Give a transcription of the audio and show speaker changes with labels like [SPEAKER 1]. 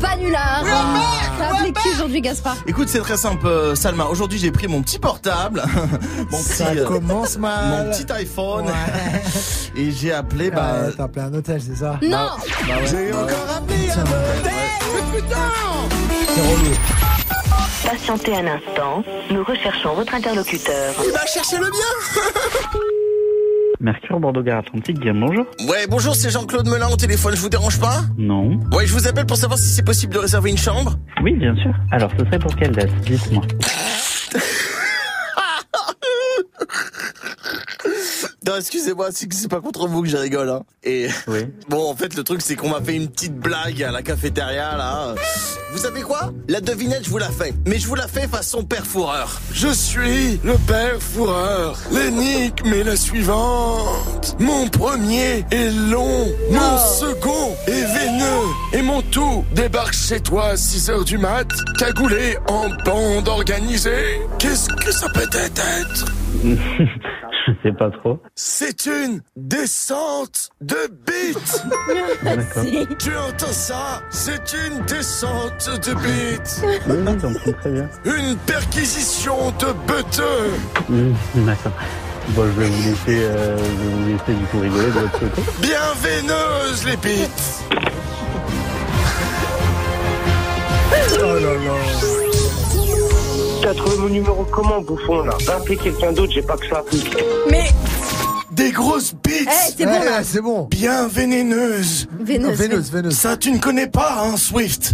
[SPEAKER 1] canular.
[SPEAKER 2] We're back,
[SPEAKER 1] T'as
[SPEAKER 2] we're
[SPEAKER 1] appelé qui
[SPEAKER 2] back.
[SPEAKER 1] aujourd'hui, Gaspard
[SPEAKER 2] Écoute, c'est très simple, euh, Salma. Aujourd'hui, j'ai pris mon petit portable, mon petit,
[SPEAKER 3] Ça
[SPEAKER 2] euh,
[SPEAKER 3] commence mal.
[SPEAKER 2] mon petit iPhone,
[SPEAKER 3] Ouais.
[SPEAKER 2] et j'ai appelé. Bah,
[SPEAKER 3] Bah, T'as appelé un hôtel, c'est ça
[SPEAKER 1] Non
[SPEAKER 2] bah ouais.
[SPEAKER 3] J'ai encore appelé un hôtel Putain C'est relou.
[SPEAKER 4] Patientez un instant, nous recherchons votre interlocuteur.
[SPEAKER 2] Il va chercher le bien.
[SPEAKER 5] Mercure Bordeaux Gare Atlantique, bien bonjour.
[SPEAKER 2] Ouais, bonjour, c'est Jean-Claude Melin au téléphone. Je vous dérange pas
[SPEAKER 5] Non.
[SPEAKER 2] Ouais, je vous appelle pour savoir si c'est possible de réserver une chambre.
[SPEAKER 5] Oui, bien sûr. Alors, ce serait pour quelle date Dites-moi.
[SPEAKER 2] Non, excusez-moi, c'est que c'est pas contre vous que je rigole. Hein. Et
[SPEAKER 5] Oui.
[SPEAKER 2] bon, en fait, le truc, c'est qu'on m'a fait une petite blague à la cafétéria, là. Vous savez quoi La devinette, je vous la fais. Mais je vous la fais façon père fourreur.
[SPEAKER 6] Je suis le père fourreur. L'énigme est la suivante. Mon premier est long, mon
[SPEAKER 2] Ah.
[SPEAKER 6] second est veineux. Et mon tout débarque chez toi à 6 heures du mat, cagoulé en bande organisée. Qu'est-ce que ça peut être
[SPEAKER 5] Je sais pas trop.
[SPEAKER 6] C'est une descente de bites
[SPEAKER 5] D'accord. Oui,
[SPEAKER 6] Tu entends ça C'est une descente de bites
[SPEAKER 5] oui, j'entends très bien.
[SPEAKER 6] Une perquisition de beuteux
[SPEAKER 5] Mmh, D'accord. Bon, je vais vous laisser, euh, je vais vous laisser du coup rigoler de votre côté.
[SPEAKER 6] Bien veineuse les bites
[SPEAKER 3] Oh là là.
[SPEAKER 7] T'as trouvé mon numéro comment, bouffon, là Va appeler quelqu'un d'autre, j'ai pas que ça.
[SPEAKER 1] Mais,
[SPEAKER 6] Des grosses bites
[SPEAKER 1] eh, c'est bon
[SPEAKER 3] Ouais,
[SPEAKER 1] là
[SPEAKER 3] ouais, C'est bon.
[SPEAKER 6] bien vénéneuses.
[SPEAKER 1] Vénus.
[SPEAKER 3] Vénus, Vénus.
[SPEAKER 6] Ça, tu ne connais pas, hein, Swift